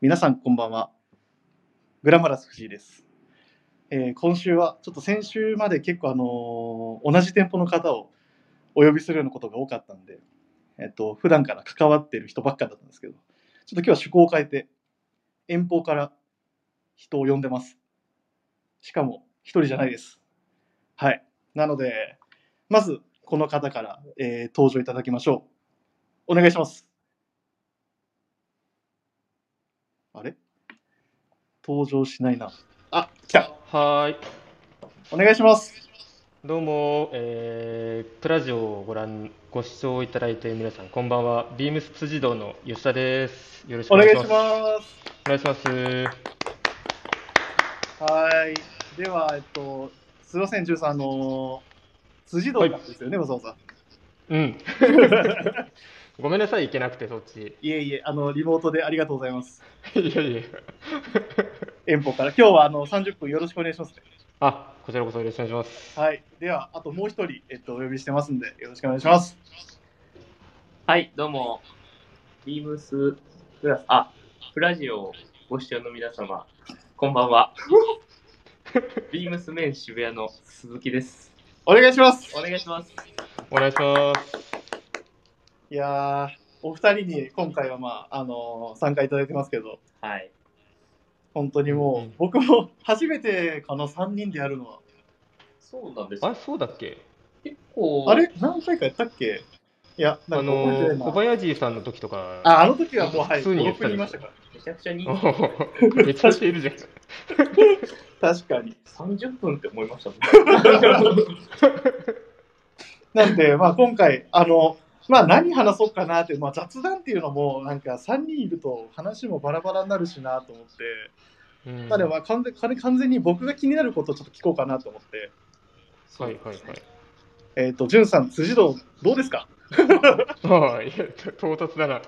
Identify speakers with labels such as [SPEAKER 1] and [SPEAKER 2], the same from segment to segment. [SPEAKER 1] 皆さんこんばんは。グラマラス藤井です。えー今週はちょっと先週まで結構あのー同じ店舗の方をお呼びするようなことが多かったんで、えっと普段から関わっている人ばっかだったんですけど、ちょっと今日は趣向を変えて遠方から人を呼んでます。しかも一人じゃないです。はい。なのでまずこの方から、えー登場いただきましょう。お願いします。あれ登場しないな。あ、来た。
[SPEAKER 2] はーい、
[SPEAKER 1] お願いします。
[SPEAKER 2] どうも、えー、プラジオをご覧、ご視聴いただいて皆さん、こんばんは。ビームス辻堂の吉田です。よろしく
[SPEAKER 1] お
[SPEAKER 2] お
[SPEAKER 1] 願
[SPEAKER 2] 願
[SPEAKER 1] い
[SPEAKER 2] い
[SPEAKER 1] し
[SPEAKER 2] し
[SPEAKER 1] ま
[SPEAKER 2] ますす。お。願いします。
[SPEAKER 1] はーい。では、えっと、すいません、ジュンさん、あのー、辻堂なんですよね、わざわざ。
[SPEAKER 2] うん、ごめんなさい、行けなくて、そっち。
[SPEAKER 1] いえいえ、あの、リモートでありがとうございます。
[SPEAKER 2] いやいや。
[SPEAKER 1] 遠方から。今日は、あの、30分よろしくお願いしますね。
[SPEAKER 2] あ、こちらこそよろしくお願いします。
[SPEAKER 1] はい。では、あともう一人、えっと、お呼びしてますんで、よろしくお願いします。
[SPEAKER 3] はい、どうも、ビームスプラス、あ、プラジオをご視聴の皆様、こんば んは。ビームスメン渋谷の鈴木です。
[SPEAKER 1] お願いします。
[SPEAKER 3] お願いします。
[SPEAKER 2] お願いします。
[SPEAKER 1] いやー、お二人に今回は、まあ、あのー参加いただいてますけど、
[SPEAKER 3] はい。
[SPEAKER 1] 本当にもう、
[SPEAKER 2] うん
[SPEAKER 1] 僕も初めてかな、3人でやるのは。
[SPEAKER 3] そうなんです
[SPEAKER 2] あれ、そうだっけ
[SPEAKER 3] 結構、
[SPEAKER 1] あれ何回かやったっけいや、な
[SPEAKER 2] あ
[SPEAKER 1] んか覚えてな
[SPEAKER 2] の
[SPEAKER 1] い
[SPEAKER 2] ー、
[SPEAKER 1] な
[SPEAKER 2] 小林さんの時とか。
[SPEAKER 1] あ、あの時はもう、はい、
[SPEAKER 2] 普通にやっ
[SPEAKER 1] 5
[SPEAKER 2] てた
[SPEAKER 1] 分
[SPEAKER 2] よ
[SPEAKER 1] いましたか
[SPEAKER 3] めちゃくちゃに
[SPEAKER 2] おー、 めちゃくちゃいるじゃん。
[SPEAKER 1] ら。確かに。
[SPEAKER 3] 30分って思いましたもん。
[SPEAKER 1] なんで、まあ今回、あの、まあ何話そうかなって、まあ雑談っていうのも、なんか3人いると話もバラバラになるしなと思って、
[SPEAKER 2] うん
[SPEAKER 1] まあでもまあ完全完完全に僕が気になることをちょっと聞こうかなと思って、
[SPEAKER 2] はいはいはい。
[SPEAKER 1] えっ、と、じゅんさん、辻堂、どうですか
[SPEAKER 2] ああ、いや、唐突だな。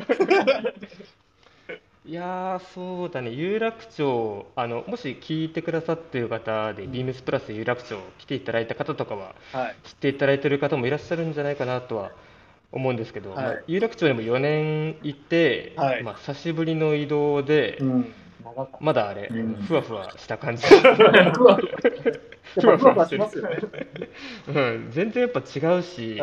[SPEAKER 2] いやー、そうだね、有楽町、あの、もし聞いてくださってる方で、ビームスプラス有楽町来ていただいた方とかは、
[SPEAKER 1] はい。
[SPEAKER 2] 知っていただいてる方もいらっしゃるんじゃないかなとは思うんですけど、
[SPEAKER 1] はい
[SPEAKER 2] まあ有楽町にも4年いて、
[SPEAKER 1] はい
[SPEAKER 2] まあ、久しぶりの移動で、
[SPEAKER 1] うん。
[SPEAKER 3] 長かっ
[SPEAKER 2] まだあれ、
[SPEAKER 3] うん
[SPEAKER 2] ふわふわした感 じ。
[SPEAKER 3] た。ふわふわ
[SPEAKER 1] やっぱふわふわしますよね。
[SPEAKER 2] うん、全然やっぱ違うし、
[SPEAKER 1] う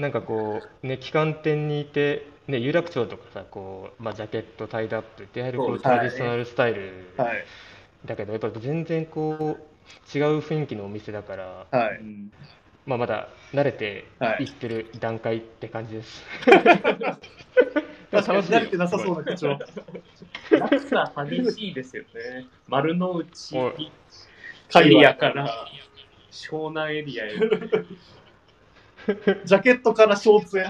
[SPEAKER 2] なんかこう、ね、旗艦店にいて、ね、有楽町とかさ、こう、まあ、ジャケット、タイドアップって、やはりこ
[SPEAKER 3] そう
[SPEAKER 2] う、
[SPEAKER 3] です
[SPEAKER 2] ト
[SPEAKER 1] ね
[SPEAKER 2] ラディショナルスタイル
[SPEAKER 1] ん。はい。
[SPEAKER 2] だけど、やっぱ全然こう、違う雰囲気のお店だから、
[SPEAKER 1] は
[SPEAKER 3] う
[SPEAKER 1] い。
[SPEAKER 3] ん
[SPEAKER 2] まあ、まだ慣れて
[SPEAKER 1] はい
[SPEAKER 2] いってる段階って感じです。
[SPEAKER 1] 確かに
[SPEAKER 2] よ
[SPEAKER 1] 慣れてなさそうな口調。
[SPEAKER 3] 落差激しいですよね。丸の内
[SPEAKER 2] お
[SPEAKER 3] エ
[SPEAKER 1] 会
[SPEAKER 3] リ
[SPEAKER 1] 話
[SPEAKER 3] アから湘南エリアへ。
[SPEAKER 1] ジャケットからショーツへ。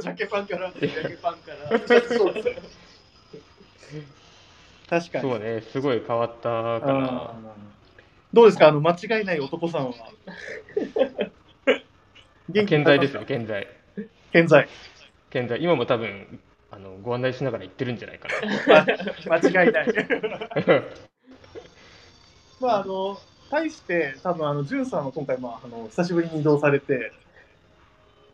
[SPEAKER 1] ジャケパンから。
[SPEAKER 3] ジャケパンから。
[SPEAKER 1] 確かに。
[SPEAKER 2] そうね、すごい変わったから、
[SPEAKER 1] どうですかあの間違いない男さんは。元気
[SPEAKER 2] 健在ですよ、健在。
[SPEAKER 1] 健在。
[SPEAKER 2] 健在。今も多分、あの、ご案内しながら行ってるんじゃないか
[SPEAKER 1] 間違いない。
[SPEAKER 2] な。
[SPEAKER 1] まああの対して多分あのジュンさんは今回まああの久しぶりに移動されて、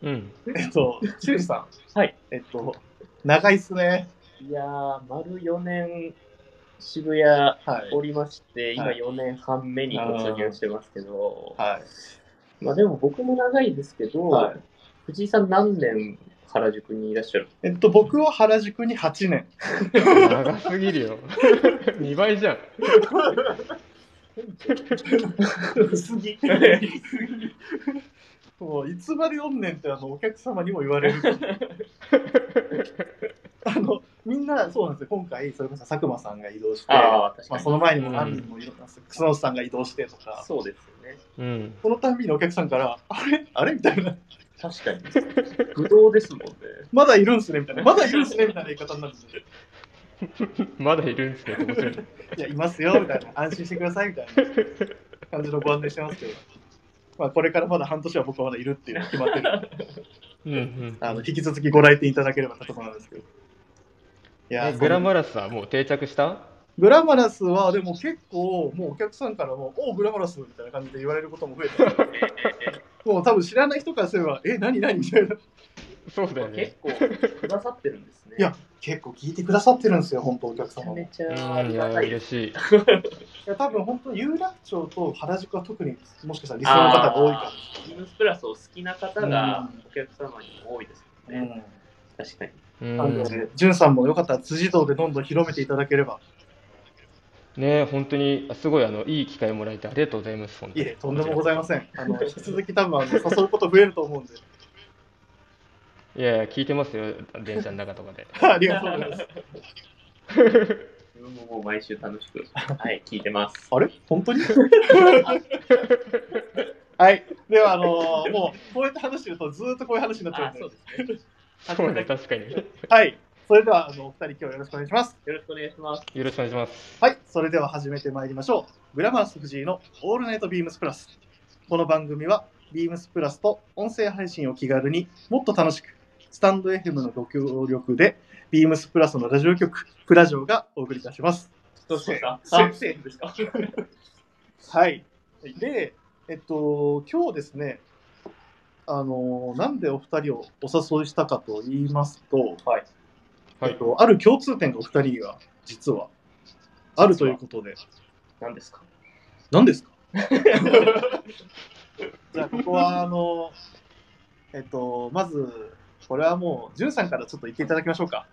[SPEAKER 2] うん。
[SPEAKER 1] えっと修二さん。
[SPEAKER 3] はい。
[SPEAKER 1] えっと長いっすね。
[SPEAKER 3] いやー、丸4年渋谷
[SPEAKER 1] はい。
[SPEAKER 3] おりまして、今
[SPEAKER 1] はい
[SPEAKER 3] 4年半目に突入してますけど、
[SPEAKER 1] はい。
[SPEAKER 3] まあでも僕も長いですけど、
[SPEAKER 1] はい
[SPEAKER 3] 藤井さん何年原宿にいらっしゃる
[SPEAKER 1] えっと僕は原宿に8年。
[SPEAKER 2] 長すぎる よ。2倍じゃん。
[SPEAKER 1] 薄着。もういつまで4年ってあのお客様にも言われる あのみんなそうなんですよ今回それこそ佐久間さんが移動して
[SPEAKER 3] ああ、確
[SPEAKER 1] ま
[SPEAKER 3] か
[SPEAKER 1] あ、
[SPEAKER 3] に。
[SPEAKER 1] その前にも何人もいろんな楠本さんが移動してとか
[SPEAKER 3] そうですよね。
[SPEAKER 2] うん。
[SPEAKER 1] そのたんびにお客さんから「あれあれ?」みたいな
[SPEAKER 3] 確かに。ぶどうですもんね。
[SPEAKER 1] 「まだいるんすね」みたいな「まだいるんすね」みたいな言い方になるんで
[SPEAKER 2] まだいるんですけど、面白い。
[SPEAKER 1] 「いやいますよ」みたいな「安心してください」みたいな感じのご案内してますけど、まあ、これからまだ半年は僕はまだいるっていうのが決まってるんで
[SPEAKER 2] うんうん。
[SPEAKER 1] あの引き続きご来店いただければなところなんですけど。いや
[SPEAKER 2] えグラマラスはもう定着した
[SPEAKER 1] グラマラスはでも結構もうお客さんからも「おうグラマラス」みたいな感じ で言われることも増えてもう多分知らない人からすれば「え何何?」みたいな
[SPEAKER 2] そうだよ
[SPEAKER 3] 結
[SPEAKER 2] ね。
[SPEAKER 3] 構くださってるんですね。
[SPEAKER 1] いや結構聞いてくださってるんですよ、本当お
[SPEAKER 3] め
[SPEAKER 1] 客
[SPEAKER 3] ちゃ
[SPEAKER 1] 様も。
[SPEAKER 3] め
[SPEAKER 1] い
[SPEAKER 3] ち
[SPEAKER 2] う
[SPEAKER 3] ゃあ
[SPEAKER 2] ん、い
[SPEAKER 3] りが
[SPEAKER 2] や、
[SPEAKER 3] たいで
[SPEAKER 2] 嬉
[SPEAKER 3] す。
[SPEAKER 2] しい。
[SPEAKER 1] や、多分本当、有楽町と原宿は特にもしかしたら理想の方が多いか
[SPEAKER 3] ビームスプラスを好きな方が
[SPEAKER 1] うん
[SPEAKER 3] お客様にも多いです
[SPEAKER 1] も。
[SPEAKER 3] よ
[SPEAKER 1] う
[SPEAKER 3] ね。
[SPEAKER 1] ん
[SPEAKER 3] 確かに。
[SPEAKER 2] う
[SPEAKER 1] なんんで、じゅんさんもよかったら辻堂でどんどん広めていただければ。
[SPEAKER 2] ね、本当に、あすごい、あの、いい機会をもらえて、ありがとうございます。本当
[SPEAKER 1] い
[SPEAKER 2] に
[SPEAKER 1] え、とんでもございません。あの引き続き多分あの誘うこと増えると思うんで。
[SPEAKER 2] いやいや、聞いてますよ、電車の中とか で。
[SPEAKER 1] ありがとうございます。
[SPEAKER 3] 自分ももう毎週楽 しく、はい、聞いてます。
[SPEAKER 1] あれ本 当にはい。では、あのもう、こうやって話してると、ずーっとこういう話になっちゃう
[SPEAKER 3] あ
[SPEAKER 1] ん、で。
[SPEAKER 3] そうですね。
[SPEAKER 2] そうね、確かに。よ
[SPEAKER 1] はい。それでは、あの、お二人今日はよろしくお願いします。
[SPEAKER 3] よろしくお願いします。
[SPEAKER 2] ろしくお願いします。
[SPEAKER 1] はい、それでは始めてまいりましょう。グラマラス藤井のオールナイトビームスプラス。この番組は、ビームスプラスと音声配信を気軽にもっと楽しく、スタンド FM のご協力で、ビームスプラスのラジオ局、プラジオがお送りいたします。
[SPEAKER 3] どうしました
[SPEAKER 1] 先
[SPEAKER 3] 先
[SPEAKER 1] 生
[SPEAKER 3] 生ですか
[SPEAKER 1] はい。で、えっと、今日ですね、あの、なんでお二人をお誘いしたかと言いますと、
[SPEAKER 3] はい。
[SPEAKER 2] は
[SPEAKER 1] えっ
[SPEAKER 2] い。
[SPEAKER 1] と、ある共通点がお二人には、実は、あるということで、
[SPEAKER 3] 何ですか
[SPEAKER 1] 何ですかじゃあここはあのえっとまずこれはもうじゅんさんからちょっと言っていただきましょうか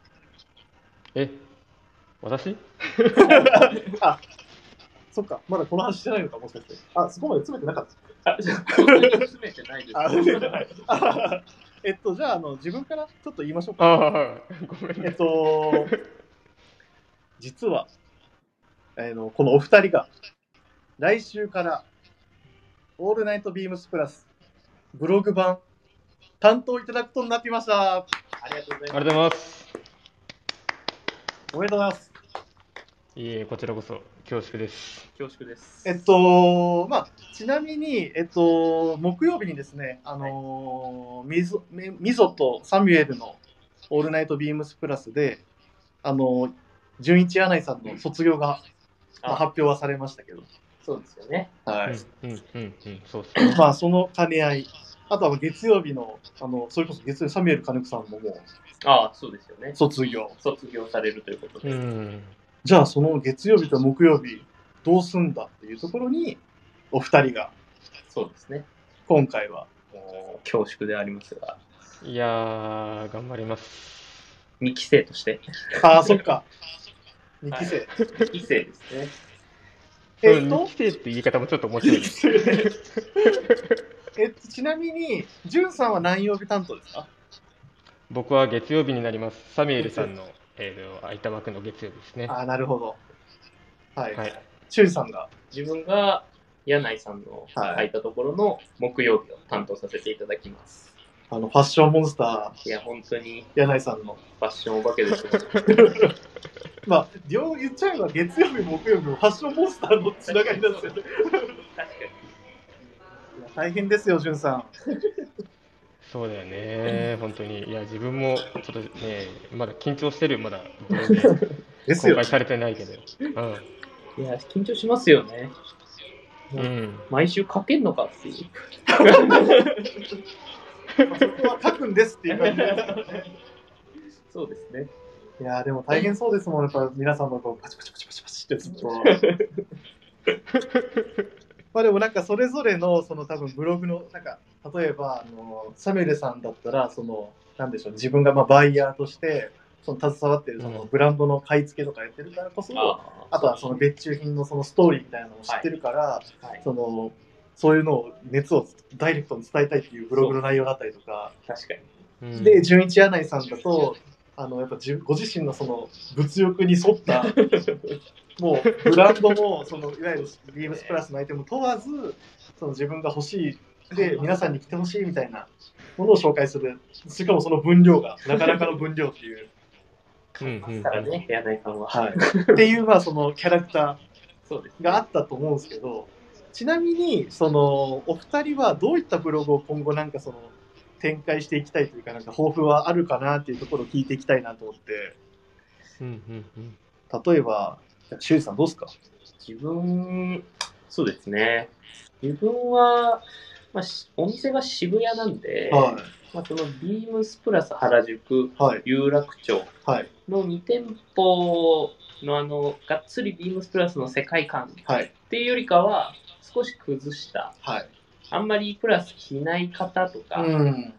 [SPEAKER 2] え、私
[SPEAKER 1] あそっかまだこの話してないのかもしかしてあそこまで詰めてなかっ
[SPEAKER 3] あ、詰めてないです。
[SPEAKER 1] たあ詰めてないあ えっとじゃああの自分からちょっと言いましょう
[SPEAKER 2] あ
[SPEAKER 1] か
[SPEAKER 2] あ、はいごめん
[SPEAKER 1] えっ
[SPEAKER 2] ね。
[SPEAKER 1] と実はあのこのお二人が来週から「オールナイトビームスプラス」ブログ版担当いただくことになっていました
[SPEAKER 3] ありがとうござい
[SPEAKER 2] ありがと
[SPEAKER 3] ま
[SPEAKER 2] うございます。
[SPEAKER 1] おめでとうございます。
[SPEAKER 2] いえいえ、こちらこそ、恐縮です。
[SPEAKER 3] す。恐縮です。
[SPEAKER 1] えっと、まあ、ちなみに、えっと、木曜日にですね、あのーみぞ、みみぞとサミュエルのオールナイトビームスプラスで、あのー、純一柳井さんの卒業が、まあ
[SPEAKER 3] あ
[SPEAKER 1] 発表はされましたけど、
[SPEAKER 3] そうですよね。
[SPEAKER 1] は
[SPEAKER 2] うん、うん、うん、うんそうっすね。
[SPEAKER 1] まあ、その兼ね合い、あとは月曜日の、あの、それこそ月曜日、サミュエル金子さんもも
[SPEAKER 3] ああ、そうですよね
[SPEAKER 1] う。卒業。
[SPEAKER 3] 卒業されるということ
[SPEAKER 2] う
[SPEAKER 3] で。
[SPEAKER 2] ん。
[SPEAKER 1] じゃあ、その月曜日と木曜日、どうすんだっていうところに、お二人が、
[SPEAKER 3] そうですね。
[SPEAKER 1] 今回は、
[SPEAKER 3] もう恐縮でありますが、
[SPEAKER 2] いやー、頑張ります。
[SPEAKER 3] 2期生として。
[SPEAKER 1] あ あ、そっか。2期生。
[SPEAKER 3] 2期生ですね。
[SPEAKER 1] え
[SPEAKER 2] う
[SPEAKER 1] っ
[SPEAKER 2] ん
[SPEAKER 1] と
[SPEAKER 2] 二期、生って言い方もちょっと面白いね。
[SPEAKER 1] えっと、ちなみに、じゅんさんは何曜日担当ですか
[SPEAKER 2] 僕は月曜日になります。サミュエルさんの、えーと、空いた枠の月曜日ですね。
[SPEAKER 1] あ
[SPEAKER 2] は
[SPEAKER 1] あ、なるほど。はい。
[SPEAKER 2] い。
[SPEAKER 1] ちゅんさんが。
[SPEAKER 3] 自分が柳井さんの書いたところの木曜日を担当させていただきます。
[SPEAKER 1] あの、ファッションモンスタ
[SPEAKER 3] いや、本当
[SPEAKER 1] ー、
[SPEAKER 3] に
[SPEAKER 1] 柳井さんの。
[SPEAKER 3] ファッションお化けですよ。
[SPEAKER 1] まあ、両言っちゃえば月曜日、木曜日もファッションモンスターのつながりなんですよね。
[SPEAKER 3] 確かに。
[SPEAKER 1] いや大変ですよ、じゅんさん。
[SPEAKER 2] そうだよね、本当に。いや、自分もちょっとね、まだ緊張してる、まだ、公
[SPEAKER 1] ですよ
[SPEAKER 2] 開。されてないけど。
[SPEAKER 3] いや、緊張しますよね。
[SPEAKER 2] うん。うん、
[SPEAKER 3] 毎週書けんのかっていう。
[SPEAKER 1] まあそこは書くんですっていう感じで。
[SPEAKER 3] そうですね。
[SPEAKER 1] いやーでも大変そうですもん、やっぱ皆さんのこうパチパチパチパチパチってずっ と。まあでもなんかそれぞれのその多分ブログのなんか例えばあのサミュエルさんだったらそのなんでしょう自分がまあバイヤーとしてその携わってるその
[SPEAKER 2] うん
[SPEAKER 1] ブランドの買い付けとかやってるからこそ、
[SPEAKER 3] あ
[SPEAKER 1] あとはその別注品のそのストーリーみたいなのを知ってるから、
[SPEAKER 3] はい、
[SPEAKER 1] そのそういうのを熱をダイレクトに伝えたいっていうブログの内容だったりとか。
[SPEAKER 3] 確かに。
[SPEAKER 2] うん
[SPEAKER 1] で、純一柳井さんだと、あのやっぱ自ご自身のその物欲に沿った、もうブランドもそのいわゆるビームスプラスのアイテム問わず、その自分が欲しい、で、皆さんに来てほしいみたいなものを紹介する、しかもその分量が、なかなかの分量っていう、
[SPEAKER 2] うんうんうん
[SPEAKER 3] だからね、柳井さんは。
[SPEAKER 1] はい、っていう、まあ、そのキャラクタ
[SPEAKER 3] そうです
[SPEAKER 1] ーがあったと思うんですけど、ちなみに、そのお二人はどういったブログを今後、なんかその、展開していきたいというか、なんか抱負はあるかなっていうところを聞いていきたいなと思って。
[SPEAKER 2] うんうんうん
[SPEAKER 1] 例えば、修二さんどうですか
[SPEAKER 3] 自分、そうですね。自分は、まあ、しお店が渋谷なんで、
[SPEAKER 1] は
[SPEAKER 3] まあ、そのビームスプラス原宿、
[SPEAKER 1] い。はい。
[SPEAKER 3] 有楽町
[SPEAKER 1] はい。
[SPEAKER 3] の2店舗のあの、がっつりビームスプラスの世界観っ
[SPEAKER 1] はい。
[SPEAKER 3] ていうよりかは、少し崩した、
[SPEAKER 1] はい。
[SPEAKER 3] あんまりプラス着ない方とか、
[SPEAKER 1] うん。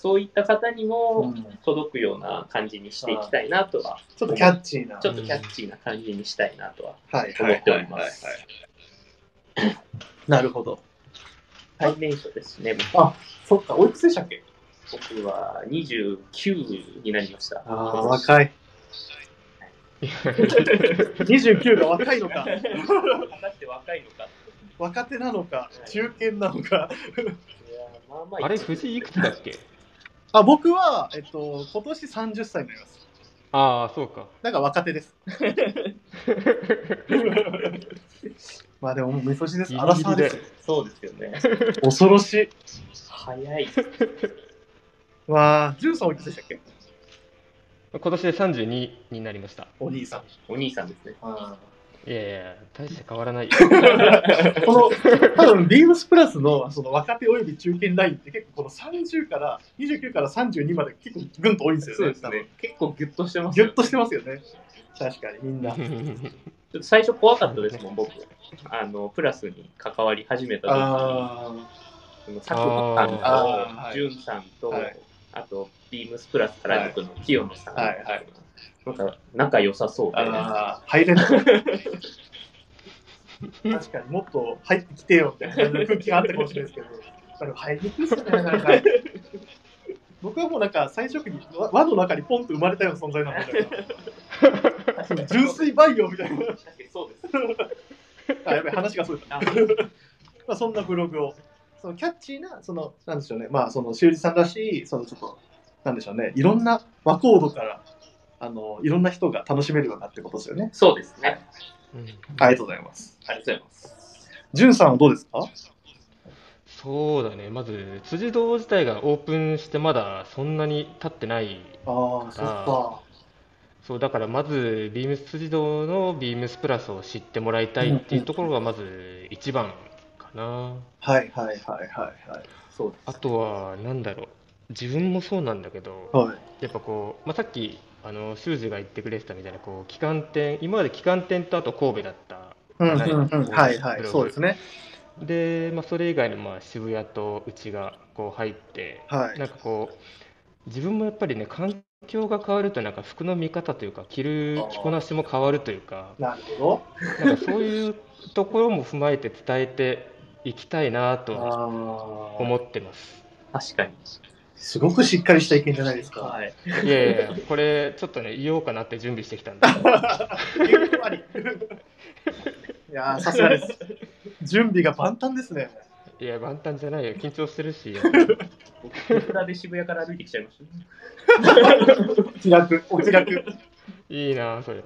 [SPEAKER 3] そういった方に
[SPEAKER 1] う
[SPEAKER 3] も
[SPEAKER 1] ん
[SPEAKER 3] 届くような感じにしていきたいなとは、
[SPEAKER 1] ちょっとキャッチーな。
[SPEAKER 3] ちょっとキャッチーな感じにしたいなとは
[SPEAKER 1] はい
[SPEAKER 3] 思っております。
[SPEAKER 1] なるほど。
[SPEAKER 3] 最年少ですね、僕
[SPEAKER 1] あ、そっか、おいくつでしたっけ
[SPEAKER 3] 僕は29になりました。
[SPEAKER 1] ああ、若い。29が若いのか、
[SPEAKER 3] 果たして若いのか。
[SPEAKER 1] 若手なのか、中堅なのか。
[SPEAKER 3] いやーまあま
[SPEAKER 2] あれ、藤井いくつだっけ
[SPEAKER 1] あ、僕は、えっと、今年30歳になります。
[SPEAKER 2] ああ、そうか。
[SPEAKER 1] なんか若手 です。まあでも、もう味噌汁です。
[SPEAKER 2] ギ
[SPEAKER 1] 荒
[SPEAKER 2] リギ
[SPEAKER 1] 沢
[SPEAKER 2] リ
[SPEAKER 1] で。
[SPEAKER 2] です
[SPEAKER 3] そうですよね。
[SPEAKER 1] 恐ろしい。
[SPEAKER 3] 早い。
[SPEAKER 1] わあ、ジュンさんおいくつでしたっけ
[SPEAKER 2] 今年で32になりました。
[SPEAKER 1] お兄さん。
[SPEAKER 3] お兄さんですね。
[SPEAKER 2] いやいや、大して変わら ないよ。
[SPEAKER 1] この、多分ビームスプラスのその若手および中堅ラインって結構この30から、29から32まで結構ぐんと多いんですよね。
[SPEAKER 3] そうです
[SPEAKER 1] 多分。
[SPEAKER 3] ね。結構ギュッとしてます
[SPEAKER 1] ぎゅ
[SPEAKER 3] よ
[SPEAKER 1] っとしてますよね。確かに、みんな。
[SPEAKER 3] ちょっと最初怖かったですもん、僕。あの、プラスに関わり始めた時に、その佐久
[SPEAKER 1] あー
[SPEAKER 3] 間
[SPEAKER 1] はい
[SPEAKER 3] さんと、潤さんと、
[SPEAKER 1] はい
[SPEAKER 3] あと、ビームスプラス原宿の清野さん。
[SPEAKER 1] はいはい
[SPEAKER 3] なんか、仲良さそうで。
[SPEAKER 1] ああ、入れない。確かにもっと入ってきてよみたいな空気があったかもしれないですけど、あれ入りにくいですよね、なかなか。僕はもうなんか最初期に輪輪の中にポンと生まれたような存在なので、純粋培養みたいな。
[SPEAKER 3] 確かにそうです。
[SPEAKER 1] あ、やばい、話がそれた。
[SPEAKER 3] あ
[SPEAKER 1] まあ、そんなブログを、そのキャッチーな、その、なんでしょうね、まあ、その、修二さんらしい、その、ちょっと、なんでしょうね、いろんな和コードから、あの、いろんな人が楽しめるようなってことですよね。
[SPEAKER 3] そうですね。
[SPEAKER 1] ありがとうございます。
[SPEAKER 3] ありがとうございます。
[SPEAKER 1] じゅんさんはどうですか
[SPEAKER 2] そうだね、まず、辻堂自体がオープンしてまだそんなに経ってない。
[SPEAKER 1] ああ、そっか。
[SPEAKER 2] そう、だからまず、ビームス辻堂のビームスプラスを知ってもらいたいっていうところがまず一番かな。
[SPEAKER 1] はいはいはいはいはい。
[SPEAKER 3] そうです。
[SPEAKER 2] あとは、なんだろう。自分もそうなんだけど、
[SPEAKER 1] はい、
[SPEAKER 2] やっぱこう、まあ、さっきあの修二が言ってくれてたみたいなこう旗艦店今まで旗艦店とあと神戸だった
[SPEAKER 1] うん
[SPEAKER 2] はい
[SPEAKER 1] うんうん、はいはい、そうですね。
[SPEAKER 2] で、まあ、それ以外のまあ渋谷とうちがこう入って
[SPEAKER 1] はい。
[SPEAKER 2] なんかこう自分もやっぱりね環境が変わるとなんか服の見方というか着る着こなしも変わるというか
[SPEAKER 1] なるほ
[SPEAKER 2] なんかそういうところも踏まえて伝えていきたいな
[SPEAKER 1] ど。
[SPEAKER 2] と
[SPEAKER 1] あ
[SPEAKER 2] 思ってます。
[SPEAKER 3] 確かに。
[SPEAKER 1] すごくしっかりした意見じゃないですか。
[SPEAKER 3] はい。
[SPEAKER 2] いやいやこれちょっとね言おうかなって準備してきた んで
[SPEAKER 1] 9割いやーさすが です。準備が万端ですね。
[SPEAKER 2] いや万端じゃないよ緊張してるし。
[SPEAKER 3] 僕、手ぶらで渋谷から歩いてきちゃいました。
[SPEAKER 1] お気楽、お気楽。
[SPEAKER 2] いいなそれ。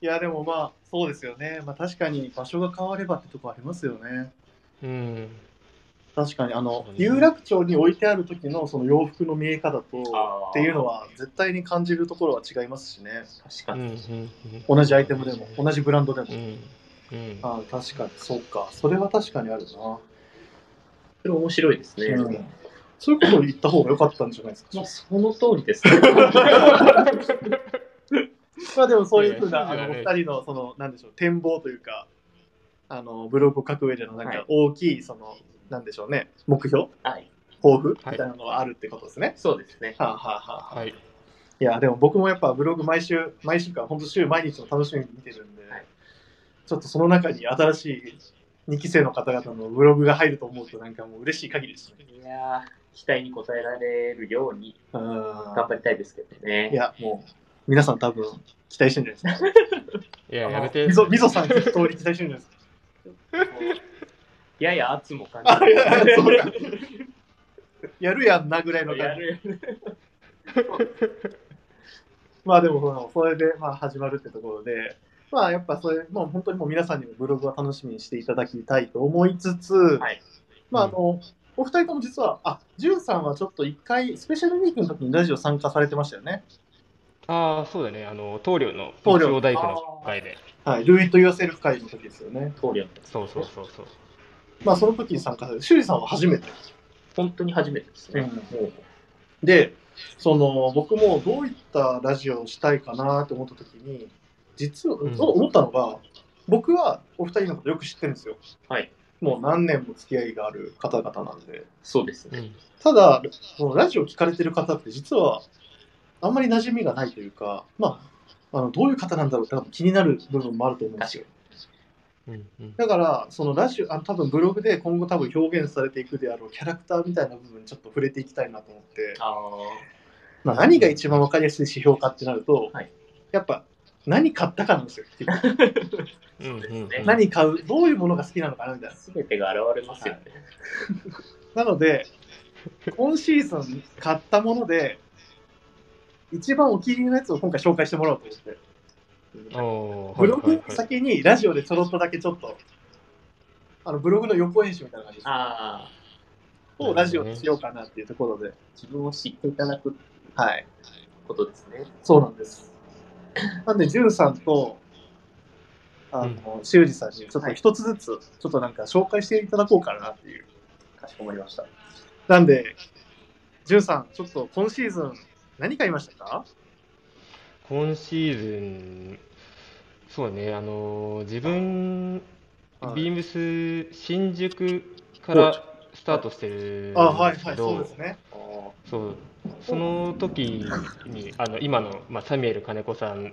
[SPEAKER 1] いや、でもまあ、そうですよね。まあ、確かに場所が変わればってとこありますよね。
[SPEAKER 2] うん。
[SPEAKER 1] 確かに、あの
[SPEAKER 2] そう、ね
[SPEAKER 1] 有楽町に置いてある時のその洋服の見え方と
[SPEAKER 3] あー
[SPEAKER 1] っていうのは、絶対に感じるところは違いますしね。
[SPEAKER 3] 確
[SPEAKER 2] う
[SPEAKER 3] か
[SPEAKER 2] んう
[SPEAKER 3] に。
[SPEAKER 2] んうん。
[SPEAKER 1] 同じアイテムでも、同じブランドでも。
[SPEAKER 2] うんうん。
[SPEAKER 1] ああ確かに、そうか。それは確かにあるな。
[SPEAKER 3] それ面白いですね。
[SPEAKER 1] うんそういうことを言った方が良かったんじゃないですか。
[SPEAKER 3] まあ、その通りですね。
[SPEAKER 1] まあでもそういうふうな、
[SPEAKER 2] い
[SPEAKER 1] あ
[SPEAKER 2] やいや
[SPEAKER 1] の、お
[SPEAKER 2] いやいや
[SPEAKER 1] 二人の、その、なんでしょう、展望というか、あの、ブログを書く上での、なん
[SPEAKER 3] は
[SPEAKER 1] か
[SPEAKER 3] い
[SPEAKER 1] 大きい、その、なんでしょうね、目標、
[SPEAKER 3] はい。
[SPEAKER 1] 抱負みた
[SPEAKER 2] はい
[SPEAKER 1] いなのがあるってことですね。
[SPEAKER 3] そうですね。
[SPEAKER 1] はあ、はあはあ、
[SPEAKER 2] はい。
[SPEAKER 1] いや、でも僕もやっぱブログ毎週、毎週か、本当週毎日の楽しみに見てるんで、
[SPEAKER 3] はい
[SPEAKER 1] ちょっとその中に新しい2期生の方々のブログが入ると思うと、なんかもう嬉しい限りですね。
[SPEAKER 3] いやー、期待に応えられるように
[SPEAKER 1] うん。
[SPEAKER 3] 頑張りたいですけど
[SPEAKER 1] い
[SPEAKER 3] ね。
[SPEAKER 1] や、もう、皆さん多分期待してるんじゃないですか。
[SPEAKER 2] いや
[SPEAKER 1] あの
[SPEAKER 2] やめて
[SPEAKER 1] み。ぞみぞさん、一通り期待してるんじゃないですか。
[SPEAKER 3] やや圧も感
[SPEAKER 1] あ
[SPEAKER 3] じ
[SPEAKER 1] いや
[SPEAKER 3] る。
[SPEAKER 1] そうかやるやんなぐらいの
[SPEAKER 3] や
[SPEAKER 1] 感じ。
[SPEAKER 3] る
[SPEAKER 1] まあでもその、それでまあ始まるってところで、まあやっぱそれ、もう本当にもう皆さんにもブログは楽しみにしていただきたいと思いつつ、
[SPEAKER 3] はい
[SPEAKER 1] まああの、お二人とも実は、あ、ジュンさんはちょっと一回、スペシャルウィークの時にラジオ参加されてましたよね。
[SPEAKER 2] ああそうだねあの棟梁の
[SPEAKER 1] 棟梁
[SPEAKER 2] 一応大工の会で。
[SPEAKER 1] はい、ルイと言わせる会の時ですよね。
[SPEAKER 3] 棟梁
[SPEAKER 2] そうそうそうそう。
[SPEAKER 1] まあ、その時に参加されて、修二さんは初めて。
[SPEAKER 3] 本当に初めてですね。もう
[SPEAKER 1] で、その、僕もどういったラジオをしたいかなって思った時に、実は、
[SPEAKER 2] うん
[SPEAKER 1] 思ったのが、僕はお二人のことよく知ってるんですよ。
[SPEAKER 3] はい。
[SPEAKER 1] もう何年も付き合いがある方々なんで。
[SPEAKER 3] そうです
[SPEAKER 2] う
[SPEAKER 3] ね。
[SPEAKER 2] ん
[SPEAKER 1] ただ、そのラジオを聞かれてる方って実は、あんまり馴染みがないというか、まあ、あのどういう方なんだろうって多分気になる部分もあると思うんですよ。
[SPEAKER 2] うんうん
[SPEAKER 1] だから、そのラジオ、あの多分ブログで今後多分表現されていくであろうキャラクターみたいな部分にちょっと触れていきたいなと思って、
[SPEAKER 3] あ
[SPEAKER 1] まあ、何が一番わかりやすい指標かってなると、
[SPEAKER 3] はい
[SPEAKER 1] やっぱ何買ったかなんですよ。結局
[SPEAKER 2] うんうん
[SPEAKER 3] ね
[SPEAKER 1] 何買う、どういうものが好きなのかなみたいな
[SPEAKER 3] あ、。すべてが現れますよね。
[SPEAKER 1] なので、今シーズン買ったもので、一番お気に入りのやつを今回紹介してもらおうと思って、
[SPEAKER 2] おー
[SPEAKER 1] ブロ
[SPEAKER 2] はい
[SPEAKER 1] グ
[SPEAKER 2] はいはい
[SPEAKER 1] 先にラジオでちょろっとだけちょっと、あのブログの予行演習みたいな感じ
[SPEAKER 3] ああ、
[SPEAKER 1] をラジオにしようかなっていうところで、
[SPEAKER 3] 自分を知っていただく
[SPEAKER 1] はい、
[SPEAKER 3] ことですね。
[SPEAKER 1] そうなんです。なんで、ジュンさんと、あの、修二さんにちょっと一つずつ、ちょっとなんか紹介していただこうかなっていう。
[SPEAKER 3] かしこまりました。
[SPEAKER 1] なんで、ジュンさん、ちょっと今シーズン何買いましたか
[SPEAKER 2] 今シーズン、そうね、あのー自分、
[SPEAKER 1] はい
[SPEAKER 2] ビームス新宿からスタートしてるん
[SPEAKER 1] あ、はい
[SPEAKER 2] です
[SPEAKER 1] は
[SPEAKER 2] け
[SPEAKER 1] い、そう
[SPEAKER 2] ど
[SPEAKER 1] です、ね。
[SPEAKER 3] あー
[SPEAKER 2] そうその時にあの今の、まあ、サミュエル金子さん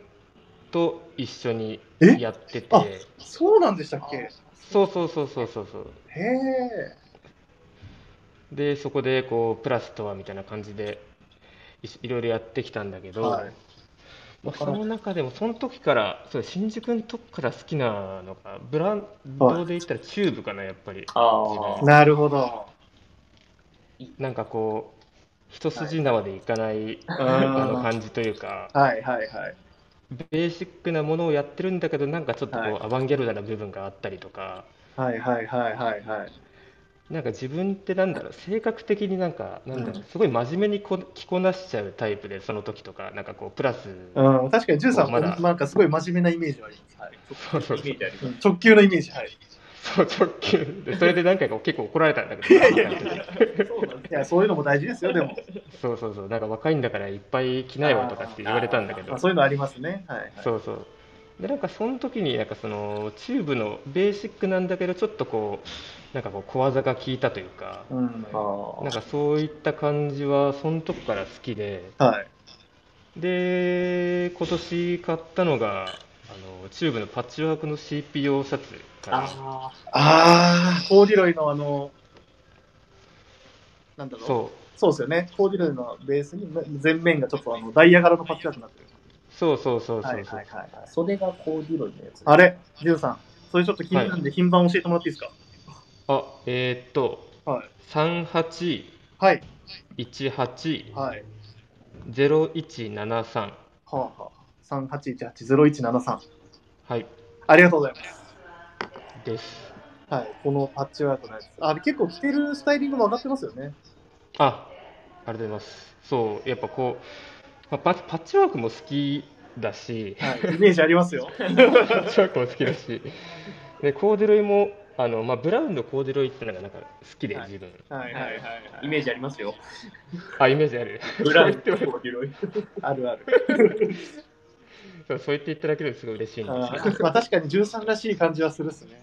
[SPEAKER 2] と一緒に
[SPEAKER 1] え
[SPEAKER 2] やってて
[SPEAKER 1] あ、そうなんでしたっ
[SPEAKER 3] あ
[SPEAKER 1] け
[SPEAKER 3] ー
[SPEAKER 2] そうそうそうそうそうそう。
[SPEAKER 1] へえ。
[SPEAKER 2] で、そこでこうプラスとはみたいな感じでいいろいろやってきたんだけど、
[SPEAKER 1] はい
[SPEAKER 2] まあ、その中でもその時からそう新宿の時から好きなのがブランドで言ったらチューブかなやっぱり
[SPEAKER 3] あー、
[SPEAKER 1] なるほど。
[SPEAKER 2] なんかこう一筋縄でいかないあの
[SPEAKER 1] は
[SPEAKER 2] 感じというか
[SPEAKER 1] いはいはい。
[SPEAKER 2] ベーシックなものをやってるんだけどなんかちょっとこう、
[SPEAKER 1] は
[SPEAKER 2] アバンギャルドな部分があったりとか
[SPEAKER 1] はいはいはいはいはい。
[SPEAKER 2] なんか自分ってなんだろう性格的になんかなんだろうすごい真面目にこ着こなしちゃうタイプでその時とかなんかこうプラス
[SPEAKER 1] うん、確かにジュンさん
[SPEAKER 2] ま
[SPEAKER 1] も
[SPEAKER 2] だ
[SPEAKER 1] なんかすごい真面目なイメージはあります。はい
[SPEAKER 2] そうそう
[SPEAKER 3] イメージあり
[SPEAKER 1] う
[SPEAKER 3] ま
[SPEAKER 1] ん直球のイメージ。はい。
[SPEAKER 2] そう直球でそれで何回か結構怒られたんだけど
[SPEAKER 3] す。そうなん
[SPEAKER 1] いや、そういうのも大事ですよ、でも。
[SPEAKER 2] そうそうそう、なんか若いんだからいっぱい着ないわとかって言われたんだけ
[SPEAKER 1] ま
[SPEAKER 2] ど
[SPEAKER 1] あ、、そういうのありますね。はい、はい。
[SPEAKER 2] そうそう。で、なんかその時に、なんかそのチューブのベーシックなんだけど、ちょっとこう、なんかこう小技が効いたというか、
[SPEAKER 1] うん。
[SPEAKER 2] なん
[SPEAKER 3] あ
[SPEAKER 2] かそういった感じは、その時から好きで、
[SPEAKER 1] はい。
[SPEAKER 2] で、今年買ったのが、あのチューブのパッチワークの CPO シャツかな
[SPEAKER 3] あ
[SPEAKER 1] あー、コーディロイのあの、なんだろう。そう
[SPEAKER 2] そう
[SPEAKER 1] ですよね。コーディロイのベースに前面がちょっとあのダイヤ柄のパッチワークになってる。
[SPEAKER 2] そうそうそうそ
[SPEAKER 1] は
[SPEAKER 2] うそう
[SPEAKER 1] いはいはいはい
[SPEAKER 3] ー、。袖がコーディロイのやつ。
[SPEAKER 1] あれ、ジュンさん、それちょっと気になるんで、品番教えてもらっていいです
[SPEAKER 2] あ、えーっと、
[SPEAKER 1] かはい。
[SPEAKER 2] 38、
[SPEAKER 1] はい。
[SPEAKER 2] 18、
[SPEAKER 1] はい。
[SPEAKER 2] 0173。
[SPEAKER 1] はあはあ、3818-0173。
[SPEAKER 2] はい、
[SPEAKER 1] ありがとうございます。
[SPEAKER 2] です。
[SPEAKER 1] はい、このパッチワークのやつ。あれ結構着てるスタイリングも上がってますよね。
[SPEAKER 2] あ、ありがとうございます。そう、やっぱこう、まあパパッチワークも好きだし、
[SPEAKER 1] はい、イメージありますよ。
[SPEAKER 2] パッチワークも好きだし、でコーデュロイも、あのまあ、ブラウンのコーデュロイってのがなんか好きで、
[SPEAKER 1] はい
[SPEAKER 2] 自分。
[SPEAKER 1] はいはいはい。
[SPEAKER 3] い。イメージありますよ。
[SPEAKER 2] あ、イメージある。
[SPEAKER 3] ブラウンとコーディロイ。
[SPEAKER 1] あるある。
[SPEAKER 2] そうそう言っていただけるとすごい嬉しいん
[SPEAKER 1] あ
[SPEAKER 2] ですけど、
[SPEAKER 1] ーまあ確かに13らしい感じはするっすね。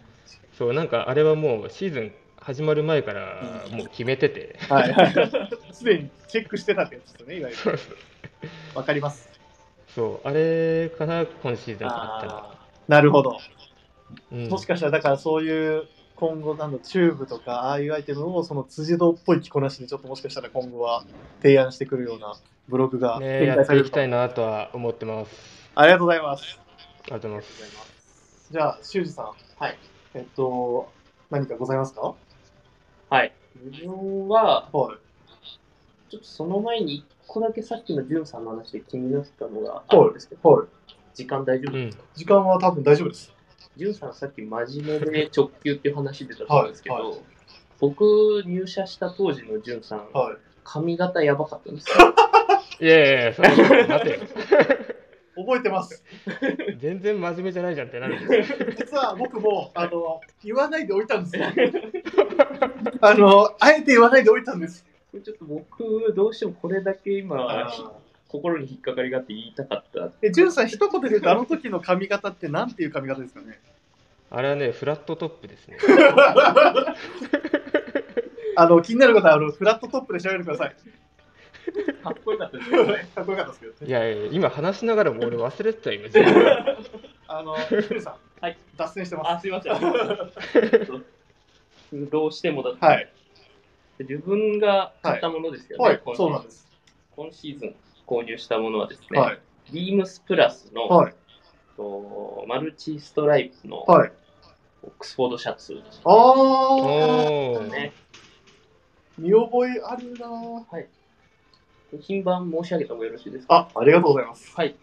[SPEAKER 2] そう、なんかあれはもうシーズン始まる前から
[SPEAKER 1] うん
[SPEAKER 2] もう決めてて、
[SPEAKER 1] はいはい。 すでにチェックしてたってやつですね、いわゆる。わかります。
[SPEAKER 2] そう、あれかな、今シーズンあったら。
[SPEAKER 3] あ
[SPEAKER 1] なるほど。
[SPEAKER 2] うん
[SPEAKER 1] もしかしたらだからそういう今後なんだチューブとかああいうアイテムをその辻堂っぽい着こなしでちょっともしかしたら今後は提案してくるようなブログが
[SPEAKER 2] ね、
[SPEAKER 1] 展
[SPEAKER 2] や
[SPEAKER 1] 開
[SPEAKER 2] っ
[SPEAKER 1] さ
[SPEAKER 2] て
[SPEAKER 1] れ
[SPEAKER 2] い
[SPEAKER 1] る
[SPEAKER 2] き
[SPEAKER 1] と、
[SPEAKER 2] たいなとは思ってます。
[SPEAKER 1] ありがとうございます
[SPEAKER 2] ありがとうございます。
[SPEAKER 1] じゃあ修二さん
[SPEAKER 3] はい
[SPEAKER 1] えっと何かございますか
[SPEAKER 3] あ。はい。自分は、
[SPEAKER 1] はい
[SPEAKER 3] ちょっとその前に一個だけさっきのジュンさんの話で気になったのがあるんですけど、
[SPEAKER 1] は
[SPEAKER 3] 時間大丈夫
[SPEAKER 2] う
[SPEAKER 3] です
[SPEAKER 2] ん
[SPEAKER 3] か、
[SPEAKER 1] い時間は多分大丈夫です
[SPEAKER 3] ジュンさんさっき真面目で直球っていう話出たと思うんですけど、
[SPEAKER 1] はいは
[SPEAKER 3] 僕入社した当時のジュンさん、
[SPEAKER 1] はい
[SPEAKER 3] 髪型やばかったんですよ。
[SPEAKER 2] いやいやいや、それは待てよ。
[SPEAKER 1] お覚えてます。
[SPEAKER 2] 全然真面目じゃないじゃんってなるんですよ。
[SPEAKER 1] 実は僕もあの言わないでおいたんです よ。あのあえて言わないでおいたんです。
[SPEAKER 3] これちょっと僕、どうしてもこれだけ今、ひ心に引っかかりがあって言いたかった。
[SPEAKER 1] え、ジュンさん一言で言うとあの時の髪型ってなんていう髪型ですか ね。
[SPEAKER 2] あれはね、フラットトップですね。
[SPEAKER 1] あの気になる方はあのフラットトップで調べてください。
[SPEAKER 3] かっこよかったですよ ね。
[SPEAKER 1] かっこよかったですけど
[SPEAKER 2] い
[SPEAKER 1] ね。
[SPEAKER 2] やいや、今話しながらも俺忘れてたよ、今自分。
[SPEAKER 1] あのジュンさん、
[SPEAKER 3] はい、
[SPEAKER 1] 脱線してま
[SPEAKER 3] あ、すいません。ちょっと どうしてもだっ
[SPEAKER 1] す。
[SPEAKER 3] た。
[SPEAKER 1] はい、
[SPEAKER 3] 自分が買ったものですよね。
[SPEAKER 1] はい
[SPEAKER 3] 今、シー
[SPEAKER 1] そう
[SPEAKER 3] ズン
[SPEAKER 1] なんです。
[SPEAKER 3] 今シーズン購入したものはですね、
[SPEAKER 1] はい、
[SPEAKER 3] ビームスプラスの、
[SPEAKER 1] はい、
[SPEAKER 3] とマルチストライプのオッ
[SPEAKER 1] はい。
[SPEAKER 3] クスフォードシャツです
[SPEAKER 1] ああ、
[SPEAKER 2] おー
[SPEAKER 3] ね。
[SPEAKER 1] 見覚えあるな。
[SPEAKER 3] 品番申し上げた方がよろしいですか
[SPEAKER 1] あ、ありがとうございます。
[SPEAKER 3] はい。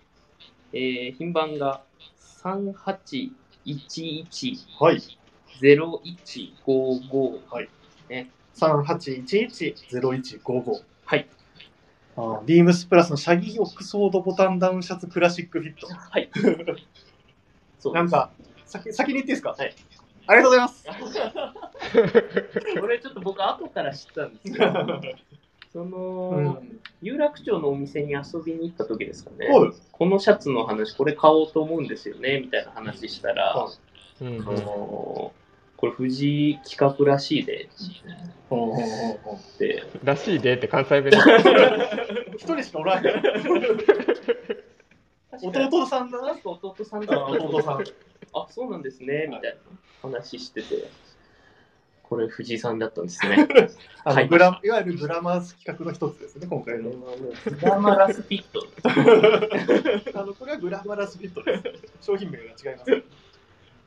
[SPEAKER 3] えー、品番が38110155
[SPEAKER 1] はい、はい
[SPEAKER 3] ね。
[SPEAKER 1] 三八一一ゼロ一五五。
[SPEAKER 3] はい。
[SPEAKER 1] あービームスプラスのシャギーオックスフォードボタンダウンシャツクラシックフィット。
[SPEAKER 3] はい。 そう
[SPEAKER 1] なんか、先先に言っていいですか
[SPEAKER 3] はい。
[SPEAKER 1] ありがとうございます。
[SPEAKER 3] これちょっと僕後から知ったんです けどその、有楽町のお店に遊びに行った時ですかね、
[SPEAKER 1] おう
[SPEAKER 3] このシャツの話これ買おうと思うんですよねみたいな話したら、
[SPEAKER 1] はい
[SPEAKER 2] うんうん
[SPEAKER 3] あのーこれ藤井企画らしいで
[SPEAKER 1] おうおうおうおう
[SPEAKER 3] って
[SPEAKER 2] らしいでって関西弁だ
[SPEAKER 1] 一人しかおらんやん。弟さんだ
[SPEAKER 3] な
[SPEAKER 1] な。
[SPEAKER 3] んか弟さんだな
[SPEAKER 1] 弟さん。
[SPEAKER 3] あそうなんですねみたいな話しててこれ藤井さんだったんですね
[SPEAKER 1] あ
[SPEAKER 3] は
[SPEAKER 1] の
[SPEAKER 3] い
[SPEAKER 1] グラいわゆるグラマース企画の一つですね、今回の。
[SPEAKER 3] グラマラスフィット
[SPEAKER 1] あのこれはグラマラスフィットです。商品名が違います。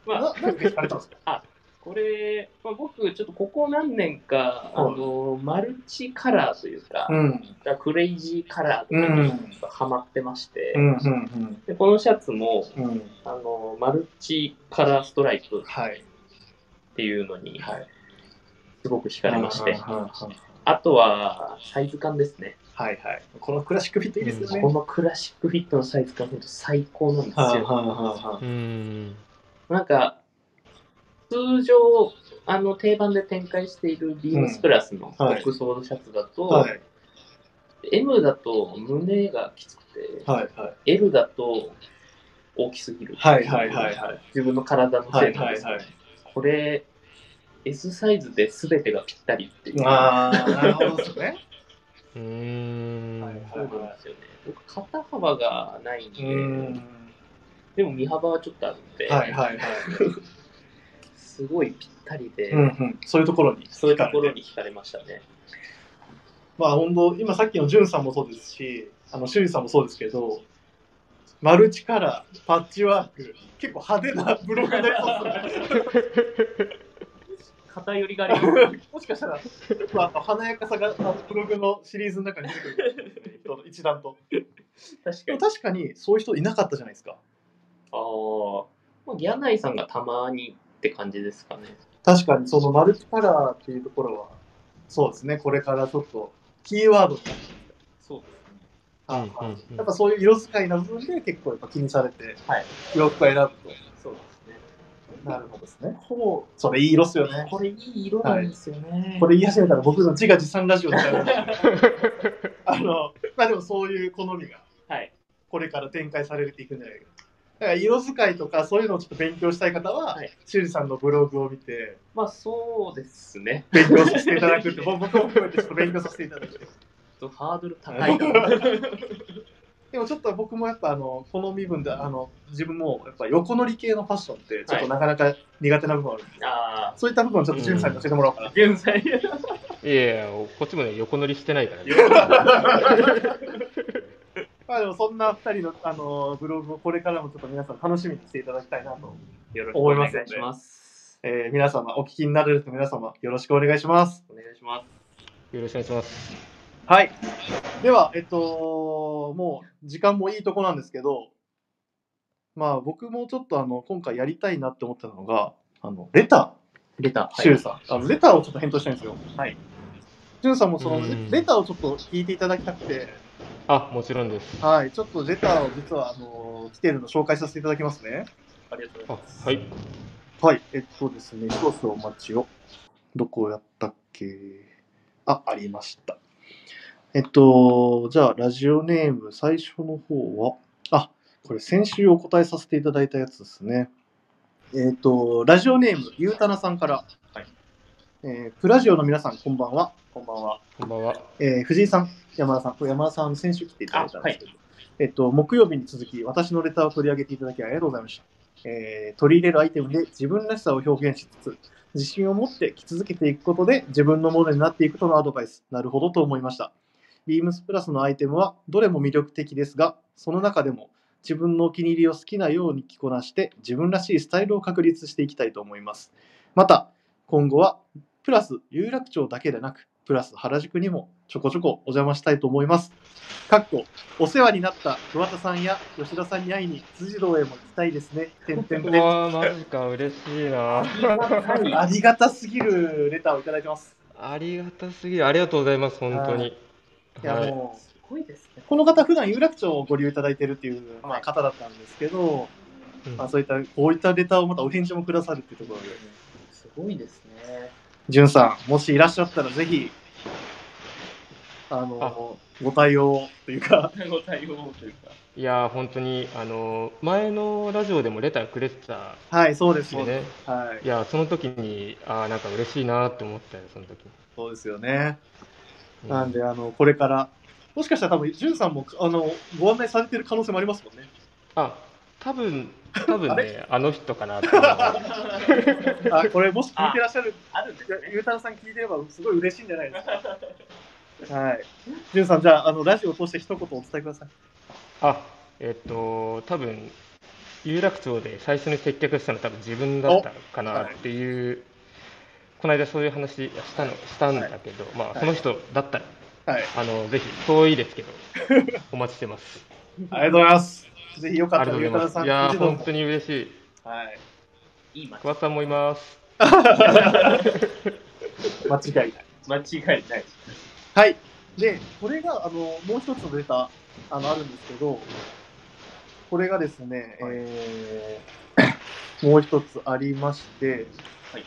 [SPEAKER 3] まあ
[SPEAKER 1] ななんで引かれたんですか
[SPEAKER 3] これ、まあ、僕、ちょっとここ何年か、あ
[SPEAKER 1] はい
[SPEAKER 3] のマルチカラーというか、
[SPEAKER 1] ん。
[SPEAKER 3] クレイジーカラーと
[SPEAKER 1] う
[SPEAKER 3] か
[SPEAKER 1] ん。う
[SPEAKER 3] に
[SPEAKER 1] ん。
[SPEAKER 3] ハマってまして、
[SPEAKER 1] うん。
[SPEAKER 3] でこのシャツも
[SPEAKER 1] うん。
[SPEAKER 3] あのマルチカラーストライプ
[SPEAKER 1] はい。
[SPEAKER 3] っていうのに、すごく惹かれまして、
[SPEAKER 1] はい
[SPEAKER 3] あとはサイズ感ですね。
[SPEAKER 1] はいはい。このクラシックフィットいいですよね。
[SPEAKER 3] このクラシックフィットのサイズ感、本当最高なんですよ。
[SPEAKER 1] は
[SPEAKER 2] うん。
[SPEAKER 3] なんか、通常、あの定番で展開しているビームスプラスの
[SPEAKER 1] うん
[SPEAKER 3] オ
[SPEAKER 1] はい
[SPEAKER 3] ックスフォードシャツだと、
[SPEAKER 1] い
[SPEAKER 3] M だと胸がきつくて、
[SPEAKER 1] はいはい。
[SPEAKER 3] L だと大きすぎる。
[SPEAKER 1] はいはいはいはい。
[SPEAKER 3] 自分の体の
[SPEAKER 1] は
[SPEAKER 3] せい
[SPEAKER 1] い
[SPEAKER 3] なん
[SPEAKER 1] は
[SPEAKER 3] で
[SPEAKER 1] い
[SPEAKER 3] すけど
[SPEAKER 1] はい。
[SPEAKER 3] これ、S サイズで全てがぴったりっていう。
[SPEAKER 1] ああ、なるほどですね。
[SPEAKER 2] うーん。
[SPEAKER 1] はい
[SPEAKER 3] そうなんですよね。僕、肩幅がないん
[SPEAKER 1] う
[SPEAKER 3] で、
[SPEAKER 1] ん。
[SPEAKER 3] でも身幅はちょっとあるんで、
[SPEAKER 1] はいはいはい。
[SPEAKER 3] すごいぴったりで、
[SPEAKER 1] うんうん。そういうところに。
[SPEAKER 3] そういうところに惹かれましたね。
[SPEAKER 1] まあ本当、今さっきのジュンさんもそうですし、あの、シュウイさんもそうですけど、マルチカラー、パッチワーク、結構派手なブログになりそう ですね。
[SPEAKER 3] 偏りがあります
[SPEAKER 1] もしかしたら、まあ、あの華やかさがあのブログのシリーズの中に出てくるかもしれないですね一段一段と。
[SPEAKER 3] 確か
[SPEAKER 1] でも
[SPEAKER 3] に。
[SPEAKER 1] 確かにそういう人いなかったじゃないですか。
[SPEAKER 3] ああ、まあ、ギャナイさんがたまにって感じですかね。
[SPEAKER 1] 確かにそのマルチカラーっていうところは、そうですね、これからちょっとキーワードになってきて
[SPEAKER 3] そうで
[SPEAKER 2] うん
[SPEAKER 1] はいはい
[SPEAKER 2] うん
[SPEAKER 1] やっぱそういう色使いな部分で結構やっぱ気にされて、
[SPEAKER 3] はい
[SPEAKER 1] 洋服を選ぶ
[SPEAKER 3] すね。そうですね。
[SPEAKER 1] と。なるほどですね。ほう、それいい色っすよね。
[SPEAKER 3] これいい色なんですよね。
[SPEAKER 1] これ言い始めたら僕の自画自賛ラジオにな る。あの、まあでもそういう好みが
[SPEAKER 3] はい。
[SPEAKER 1] これから展開されていくんじゃないか。だから色使いとかそういうのをちょっと勉強したい方は、
[SPEAKER 3] はい
[SPEAKER 1] 修二さんのブログを見て、
[SPEAKER 3] まあそうですね。
[SPEAKER 1] 勉強させていただくって、僕も含めてちょっと勉強させていただく。
[SPEAKER 3] ちょっとハードル高いな。
[SPEAKER 1] でもちょっと僕もやっぱあのこの身分であの自分もやっぱ横乗り系のファッションってちょっとなかなか苦手な部分あるんですよ、
[SPEAKER 3] あ
[SPEAKER 1] そういった部分をちょっとジュンさんに教えてもらおうかな
[SPEAKER 3] あ、、現在。
[SPEAKER 2] いやいや、こっちもね、横乗りしてないからね。
[SPEAKER 1] まあでもそんな2人のあのブログをこれからもちょっと皆さん楽しみにしていただきたいなと、
[SPEAKER 3] よろ
[SPEAKER 1] くお願い
[SPEAKER 3] し
[SPEAKER 1] し
[SPEAKER 3] ます。
[SPEAKER 1] えー皆様お聞きになられた皆様よろしくお願いします
[SPEAKER 3] お願いします。
[SPEAKER 2] よろしくお願いします。
[SPEAKER 1] はいではえっともう時間もいいとこなんですけどまあ僕もちょっとあの今回やりたいなって思ったのがあのレター
[SPEAKER 3] 出た。
[SPEAKER 1] シュウさん、あのレターをちょっと返答したいんですよ。はい。シュウさんもその
[SPEAKER 2] うん
[SPEAKER 1] レターをちょっと聞いていただきたくて、
[SPEAKER 2] あ、もちろんです。あ、
[SPEAKER 1] はい、ちょっとレターを実はあの来てるの紹介させていただきますね。
[SPEAKER 3] ありがとうございます。
[SPEAKER 2] はい。
[SPEAKER 1] はい、えっとですね、少々お待ちを。どこやったっけあ、ありました。えっと、じゃあ、ラジオネーム、最初の方は、あ、これ、先週お答えさせていただいたやつですね。えっと、ラジオネーム、ゆうたなさんから、
[SPEAKER 3] はい
[SPEAKER 1] えープラジオの皆さん、こんばんは。
[SPEAKER 3] こんばんは。
[SPEAKER 2] こんばんは。
[SPEAKER 1] えー藤井さん、山田さん、これ山田さん、先週来ていただいたんですけど、えっと、木曜日に続き、私のレターを取り上げていただきありがとうございました。えー取り入れるアイテムで自分らしさを表現しつつ、自信を持って着続けていくことで自分のものになっていくとのアドバイス、なるほどと思いました。ビームスプラスのアイテムはどれも魅力的ですが、その中でも自分のお気に入りを好きなように着こなして、自分らしいスタイルを確立していきたいと思います。また、今後はプラス有楽町だけでなく、プラス原宿にもちょこちょこお邪魔したいと思います。かっこ、お世話になった桑田さんや吉田さんに会いに辻堂へも行きたいですね。てんてんて
[SPEAKER 2] うん わー、マジか、嬉しいな。
[SPEAKER 1] ありがたすぎるレターをいただいてます。
[SPEAKER 2] ありがたすぎる。ありがとうございます、本当に。
[SPEAKER 1] いや、
[SPEAKER 2] はい
[SPEAKER 1] もう
[SPEAKER 3] すごいですね。
[SPEAKER 1] この方、普段有楽町をご利用いただいてるっていう、ま
[SPEAKER 3] は
[SPEAKER 1] あ、
[SPEAKER 3] い
[SPEAKER 1] 方だったんですけど、
[SPEAKER 2] うん
[SPEAKER 1] まあ、そういった、こういったレターをまたお返事もくださるっていうところで、
[SPEAKER 3] すごいですね。
[SPEAKER 1] じゅんさん、もしいらっしゃったら、ぜひ、あの、ご対応という か、
[SPEAKER 3] ご対応というか。
[SPEAKER 2] いやー、本当に、あのー、前のラジオでもレターくれてた
[SPEAKER 1] はい、そうです
[SPEAKER 2] よ
[SPEAKER 1] よね。
[SPEAKER 2] ね。
[SPEAKER 1] はい
[SPEAKER 2] い、やー、その時に、あー、なんか嬉しいなーって思ったよ、その時。
[SPEAKER 1] そうですよね。
[SPEAKER 2] うん
[SPEAKER 1] なんで、あの、これから、もしかしたら多分、じゅんさんも、あの、ご案内されてる可能性もありますもんね。
[SPEAKER 2] あ、多分、多分ね、 あの人かなって思う。
[SPEAKER 1] あ、これ、もし聞いてらっしゃる
[SPEAKER 3] あるんです
[SPEAKER 1] いや
[SPEAKER 3] ね。
[SPEAKER 1] ゆうたろうさん聞いてればすごい嬉しいんじゃないですか。はい。じゅんさん、じゃあ、あの、ラジオを通して一言お伝えください。
[SPEAKER 2] あ、えっと、多分有楽町で最初に接客したの多分自分だったかなっていう、この間そういう話したのしたんだけど、ま
[SPEAKER 1] は
[SPEAKER 2] あ
[SPEAKER 1] い
[SPEAKER 2] その人だったら、
[SPEAKER 1] はい。
[SPEAKER 2] あのぜひ遠 いですけど、お待ちしてます。
[SPEAKER 1] ありがとうございます。ぜひよか
[SPEAKER 2] あ
[SPEAKER 1] っ
[SPEAKER 2] り
[SPEAKER 1] た
[SPEAKER 2] が
[SPEAKER 1] ら、
[SPEAKER 2] と
[SPEAKER 1] ゆ
[SPEAKER 2] う
[SPEAKER 1] う
[SPEAKER 2] ご
[SPEAKER 1] た
[SPEAKER 2] ざ
[SPEAKER 1] ろさん、
[SPEAKER 2] いうます。いや
[SPEAKER 1] 一
[SPEAKER 2] ー、
[SPEAKER 1] 度
[SPEAKER 2] 本当に嬉しい。
[SPEAKER 1] はい。
[SPEAKER 3] いい街。
[SPEAKER 2] 桑田さんもいます。
[SPEAKER 1] 間違い ない。
[SPEAKER 3] 間違いない。
[SPEAKER 1] はい。で、これが、あの、もう一つのデータ、あの、あるんですけど、これがですね、
[SPEAKER 3] はい
[SPEAKER 1] えー、もう一つありまして、
[SPEAKER 3] はい。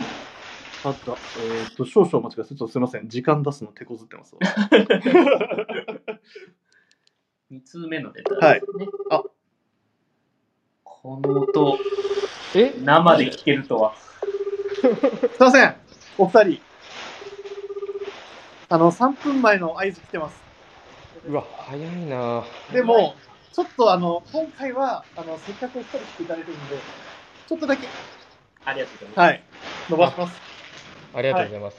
[SPEAKER 1] あと、えー、と少々お待ちください。ちょっとすいません。時間出すの手こずってますわ。
[SPEAKER 3] 三つ目のレターです
[SPEAKER 1] は
[SPEAKER 3] ね。
[SPEAKER 1] いあ
[SPEAKER 3] この音、
[SPEAKER 2] え、
[SPEAKER 3] 生で聞けるとは。
[SPEAKER 1] すいません、お二人。あの、3分前の合図来てます。
[SPEAKER 2] うわ、早いなー。
[SPEAKER 1] でも、ちょっとあの、今回は、あの、せっかくお二人来ていただいてるんで、ちょっとだけ、
[SPEAKER 3] ありがとうございます。
[SPEAKER 1] はい、伸ばします。
[SPEAKER 2] ありがとうございます。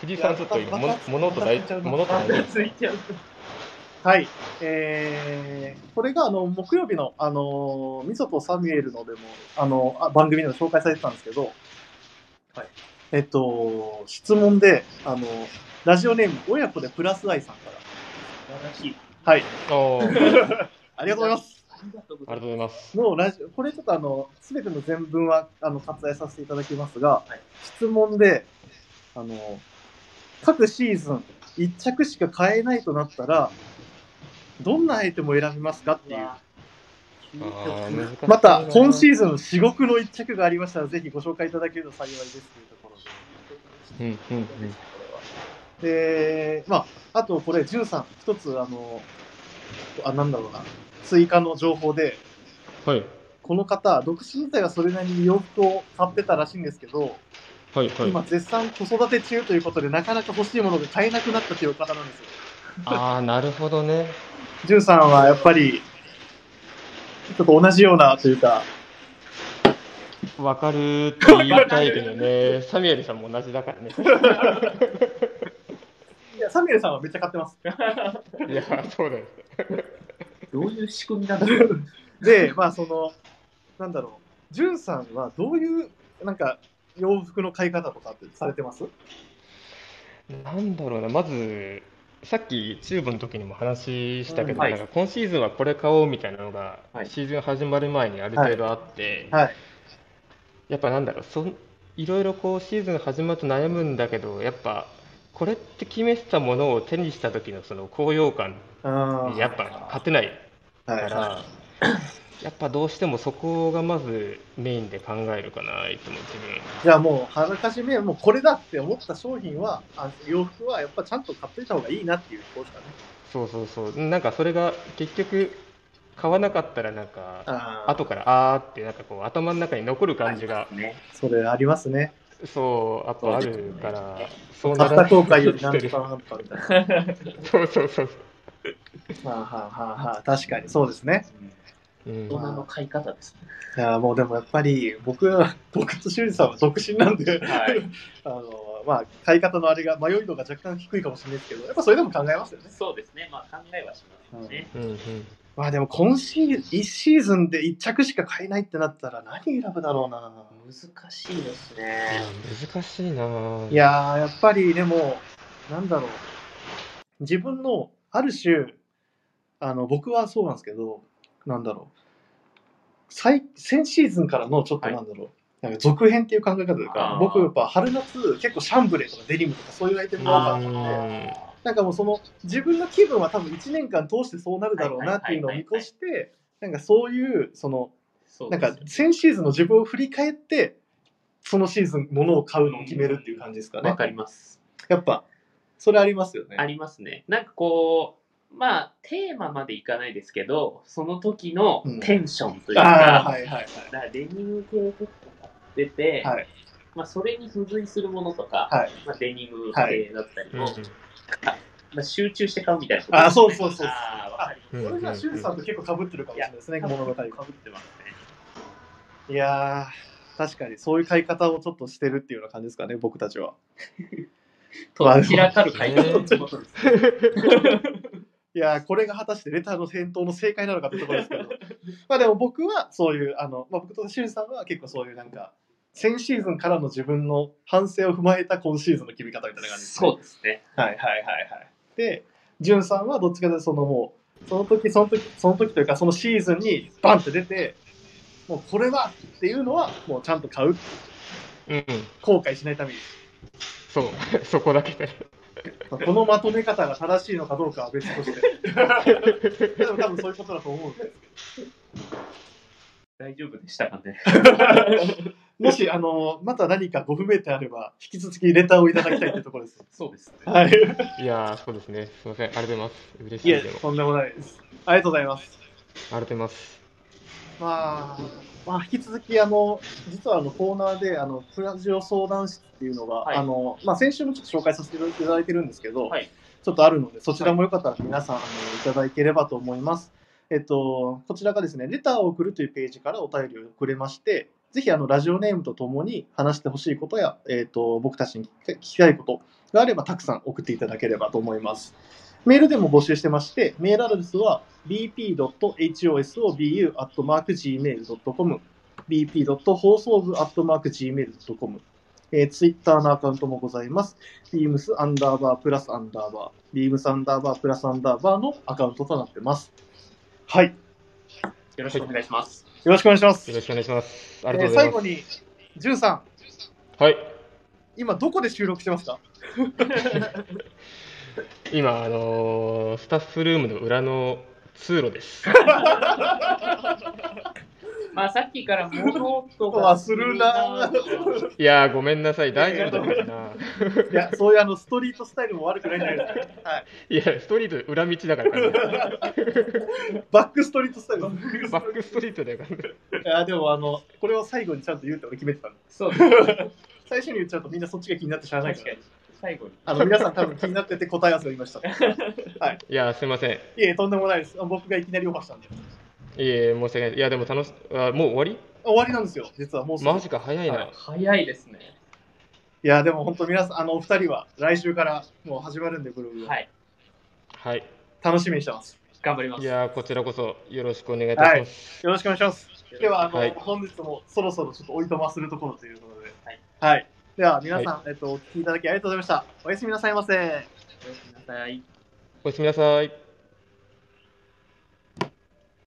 [SPEAKER 2] 藤井さんちょっと今
[SPEAKER 1] いやま
[SPEAKER 2] も
[SPEAKER 1] た
[SPEAKER 2] 物音大
[SPEAKER 1] また
[SPEAKER 2] 物音大
[SPEAKER 1] ま
[SPEAKER 2] 丈
[SPEAKER 1] た
[SPEAKER 2] 夫。
[SPEAKER 3] ついちゃう。
[SPEAKER 1] はい。えー、これが、あの、木曜日の、あの、みそとサミュエルのでも、あの、あ番組でも紹介されてたんですけど、
[SPEAKER 3] はい。
[SPEAKER 1] えっと、質問で、あの、ラジオネーム、親子でプラス愛さんから。
[SPEAKER 3] 素晴らしい。
[SPEAKER 1] はい。
[SPEAKER 2] おー
[SPEAKER 1] ありがとうございます。
[SPEAKER 3] ありがとうご
[SPEAKER 2] ありが
[SPEAKER 3] ざ
[SPEAKER 2] とご
[SPEAKER 3] いうま
[SPEAKER 2] ざいます。
[SPEAKER 1] のラジオ、これちょっとあの、すべての全文は、あの、割愛させていただきますが、
[SPEAKER 3] はい
[SPEAKER 1] 質問で、あの、各シーズン、一着しか買えないとなったら、どんなアイテムを選びますかっていう。
[SPEAKER 3] す。
[SPEAKER 2] あー難しいなー
[SPEAKER 1] また、今シーズン、至極の一着がありましたら、ぜひご紹介いただけると幸いですというところ
[SPEAKER 2] うんうんうん。
[SPEAKER 1] で。で、まあ、あとこれ、じゅんさん、一つ、あの、あ、なんだろうな、追加の情報で、
[SPEAKER 2] はい
[SPEAKER 1] この方、独身時代はそれなりに洋服を買ってたらしいんですけど、
[SPEAKER 2] はいはい。
[SPEAKER 1] 今絶賛子育て中ということでなかなか欲しいものが買えなくなったという方なんですよ。
[SPEAKER 2] ああ、なるほどね。
[SPEAKER 1] ジュンさんはやっぱりちょっと同じようなというか、
[SPEAKER 2] わかるって言いたいけどね、サミュエルさんも同じだからね。
[SPEAKER 1] いやサミュエルさんはめっちゃ買ってます。
[SPEAKER 2] いや、そうだよ。
[SPEAKER 3] どういう仕組みなんだろう。
[SPEAKER 1] で、まあその、なんだろう、ジュンさんはどういうなんか洋服の買い方とかってされてます
[SPEAKER 2] なんだろうな、まず、さっき、チューブの時にも話したけど、
[SPEAKER 1] はい
[SPEAKER 2] なんか今シーズンはこれ買おうみたいなのが、
[SPEAKER 3] はい
[SPEAKER 2] シーズン始まる前にある程度あって、
[SPEAKER 1] はい。
[SPEAKER 2] やっぱなんだろう、そんいろいろこうシーズン始まると悩むんだけど、やっぱ、これって決めてたものを手にした時のその高揚感っ
[SPEAKER 1] あー
[SPEAKER 2] やっぱ勝てない
[SPEAKER 1] は
[SPEAKER 2] か
[SPEAKER 1] いはい
[SPEAKER 2] ら、やっぱどうしてもそこがまずメインで考えるかな、いつも自分。
[SPEAKER 1] じゃあもう、あらかじめ、もうこれだって思った商品は、あ洋服はやっぱちゃんと買っていた方がいいなっていうことですかね。
[SPEAKER 2] そうそうそう、なんかそれが結局、買わなかったら、なんか、
[SPEAKER 1] あ
[SPEAKER 2] 後からあーって、なんかこう、頭の中に残る感じ が、
[SPEAKER 3] ね。
[SPEAKER 1] それありますね。
[SPEAKER 2] そう、やっぱあるから、そう
[SPEAKER 1] ア
[SPEAKER 2] な
[SPEAKER 1] フタ
[SPEAKER 2] ら
[SPEAKER 1] ー後悔よりなん
[SPEAKER 2] 生き
[SPEAKER 1] と
[SPEAKER 2] て
[SPEAKER 1] か
[SPEAKER 2] る
[SPEAKER 1] なん とかみたいな。
[SPEAKER 2] そうそうそう。
[SPEAKER 1] はあ、はあはあはあ、確かにそうですね。
[SPEAKER 2] うん
[SPEAKER 3] 大人の買い方ですね。
[SPEAKER 1] いやもうでもやっぱり僕は、僕と修二さんは独身なんで、
[SPEAKER 3] はい。
[SPEAKER 1] あのまあ、買い方のあれが迷い度が若干低いかもしれないですけど、やっぱそれでも考えますよね。
[SPEAKER 3] そうですね。まあ考えはしますね。
[SPEAKER 2] うんうん
[SPEAKER 1] まあでも今シーズン、1シーズンで1着しか買えないってなったら何選ぶだろうな。
[SPEAKER 3] 難しいです
[SPEAKER 2] いや
[SPEAKER 3] ね。
[SPEAKER 2] 難しいなぁ
[SPEAKER 1] いやー、やっぱりでも、なんだろう。自分の、ある種、あの、僕はそうなんですけど、なんだろう。最先シーズンからのちょっと
[SPEAKER 3] はい
[SPEAKER 1] なんだろう。なんか続編っていう考え方というか
[SPEAKER 3] あー
[SPEAKER 1] 僕やっぱ春夏結構シャンブレーとかデニムとかそういうアイテムが多かったのでなんかもうその自分の気分は多分1年間通してそうなるだろうなっていうのを見越してなんかそういうその
[SPEAKER 3] そう
[SPEAKER 1] なん
[SPEAKER 3] です
[SPEAKER 1] か先シーズンの自分を振り返ってそのシーズンものを買うのを決めるっていう感じですかね
[SPEAKER 3] わ。かります。
[SPEAKER 1] やっぱ、それありますよね。
[SPEAKER 3] ありますね。なんかこう、まあテーマまでいかないですけど、その時のテンションという
[SPEAKER 1] あー
[SPEAKER 3] か、
[SPEAKER 1] はいはい
[SPEAKER 3] だからデニム系とか買ってて、
[SPEAKER 1] はい。はい。
[SPEAKER 3] まあそれに付随するものとか、
[SPEAKER 1] はい、
[SPEAKER 3] まあ、デニム系だったり
[SPEAKER 2] う
[SPEAKER 3] を、
[SPEAKER 2] ん
[SPEAKER 3] まあ、集中して買うみたいなこと
[SPEAKER 1] あー、そうそうそうそう。
[SPEAKER 3] あーわかります
[SPEAKER 2] うん
[SPEAKER 1] これじゃあ、シュウさんと結構被ってるかもしれないですね、物語が。
[SPEAKER 3] かぶってますね。
[SPEAKER 1] いやー、確かにそういう買い方をちょっとしてるっていうような感じですかね、僕たちは。
[SPEAKER 3] と散らかる会
[SPEAKER 2] え
[SPEAKER 3] 話
[SPEAKER 2] ー
[SPEAKER 3] ってことですね。
[SPEAKER 1] いやー、これが果たしてレターの返答の正解なのかってところですけ ど。まあでも僕はそういう、あの、まあ、僕とシュウさんは結構そういうなんか、先シーズンからの自分の反省を踏まえた今シーズンの決め方みたいな感じですね。
[SPEAKER 3] そうですね。
[SPEAKER 1] はいはいはいはい。で、ジュンさんはどっちかというとそのもう、その時その時その時というか、そのシーズンにバンって出て、もうこれはっていうのは、もうちゃんと買う、
[SPEAKER 2] うん、
[SPEAKER 1] 後悔しないために、
[SPEAKER 2] そう、 そこだけで。
[SPEAKER 1] まあこのまとめ方が正しいのかどうかは別と して、でも多分そういうことだと思うんで、
[SPEAKER 3] 大丈夫でしたか ね。
[SPEAKER 1] もし、あの、また何かご不明点あれば、引き続きレターをいただきたいというところです。
[SPEAKER 3] そうですね。
[SPEAKER 1] はい。
[SPEAKER 2] いやー、そうですね。すみません。ありがとうございます。嬉し
[SPEAKER 1] い
[SPEAKER 2] い
[SPEAKER 1] え
[SPEAKER 2] でも。、
[SPEAKER 1] とんでもないです。ありがとうございます。
[SPEAKER 2] ありがとうございます。
[SPEAKER 1] まあ、まあ、引き続きあの実はあのコーナーであのプラジオ相談室っていうのが、
[SPEAKER 3] はい
[SPEAKER 1] あのまあ、先週もちょっと紹介させていただいてるんですけど、
[SPEAKER 3] はい
[SPEAKER 1] ちょっとあるのでそちらもよかったら皆さん、あのいただければと思います。えっと、こちらがですね、レターを送るというページからお便りをくれまして、ぜひあのラジオネームとともに話してほしいことや、えっと、僕たちに聞き聞きたいことがあれば、たくさん送っていただければと思います。メールでも募集してまして、メールアドレスは bp.hosobu.gmail.com、bp. 放送部 .gmail.com、えー、ツイッターのアカウントもございます。beams アンダーバープラスアンダーバー、beams アンダーバープラスアンダーバーのアカウントとなってます。はい。よ
[SPEAKER 3] よろしくお願いします。
[SPEAKER 1] ろしくお願いします。
[SPEAKER 2] よろしくお願いします。あり
[SPEAKER 1] え
[SPEAKER 2] が
[SPEAKER 1] ー
[SPEAKER 2] とうござ
[SPEAKER 1] 最
[SPEAKER 2] いま
[SPEAKER 1] 後に、じゅんさん、
[SPEAKER 2] す。はい。
[SPEAKER 1] 今どこで収録してますか
[SPEAKER 2] 今、あのースタッフルームの裏の通 路です。
[SPEAKER 3] まあさっきから物音
[SPEAKER 1] わ
[SPEAKER 3] が
[SPEAKER 1] するな
[SPEAKER 2] ーいやー、ごめんなさい。大丈夫だったか な。
[SPEAKER 1] いや、そういうあのストリートスタイルも悪くないんじゃないですか。はい。
[SPEAKER 2] いや、ストリート、裏道だから完
[SPEAKER 1] バックストリートスタイル。
[SPEAKER 2] 全に。バックストリートだから完全に。
[SPEAKER 1] いやでもあのこれを最後にちゃんと言うって俺決めてたの
[SPEAKER 3] そうですね。
[SPEAKER 1] 最初に言っちゃうとみんなそっちが気になってしゃあない
[SPEAKER 3] 確
[SPEAKER 1] か
[SPEAKER 3] から に。最後に。
[SPEAKER 1] あの皆さん多分気になってて答え合わせを言いましたい
[SPEAKER 2] いやー、すいません。い
[SPEAKER 1] えとんでもないですあ僕がいきなりオファーしたんで
[SPEAKER 2] え、申し訳ない。いや、でも楽し、あもう終わり
[SPEAKER 1] 終わりなんですよ実はもうすぐ
[SPEAKER 2] マジか、早い
[SPEAKER 1] は
[SPEAKER 2] な。
[SPEAKER 3] 早いですね。
[SPEAKER 1] いやでも本当皆さんあのお二人は来週からもう始まるんでブログ、
[SPEAKER 3] はい。
[SPEAKER 2] はい。
[SPEAKER 1] 楽しみにしてます
[SPEAKER 3] 頑張ります。
[SPEAKER 2] いやー、こちらこそよろしくお願いいたします。
[SPEAKER 1] よろしくお願いしますではあの、
[SPEAKER 2] はい
[SPEAKER 1] 本日もそろそろちょっとおいとまするところということでは
[SPEAKER 3] はい
[SPEAKER 1] い、では皆さん、えっとお聞きいただきありがとうございましたおやすみなさいませ
[SPEAKER 3] おやすみなさい。
[SPEAKER 2] おやすみなさい。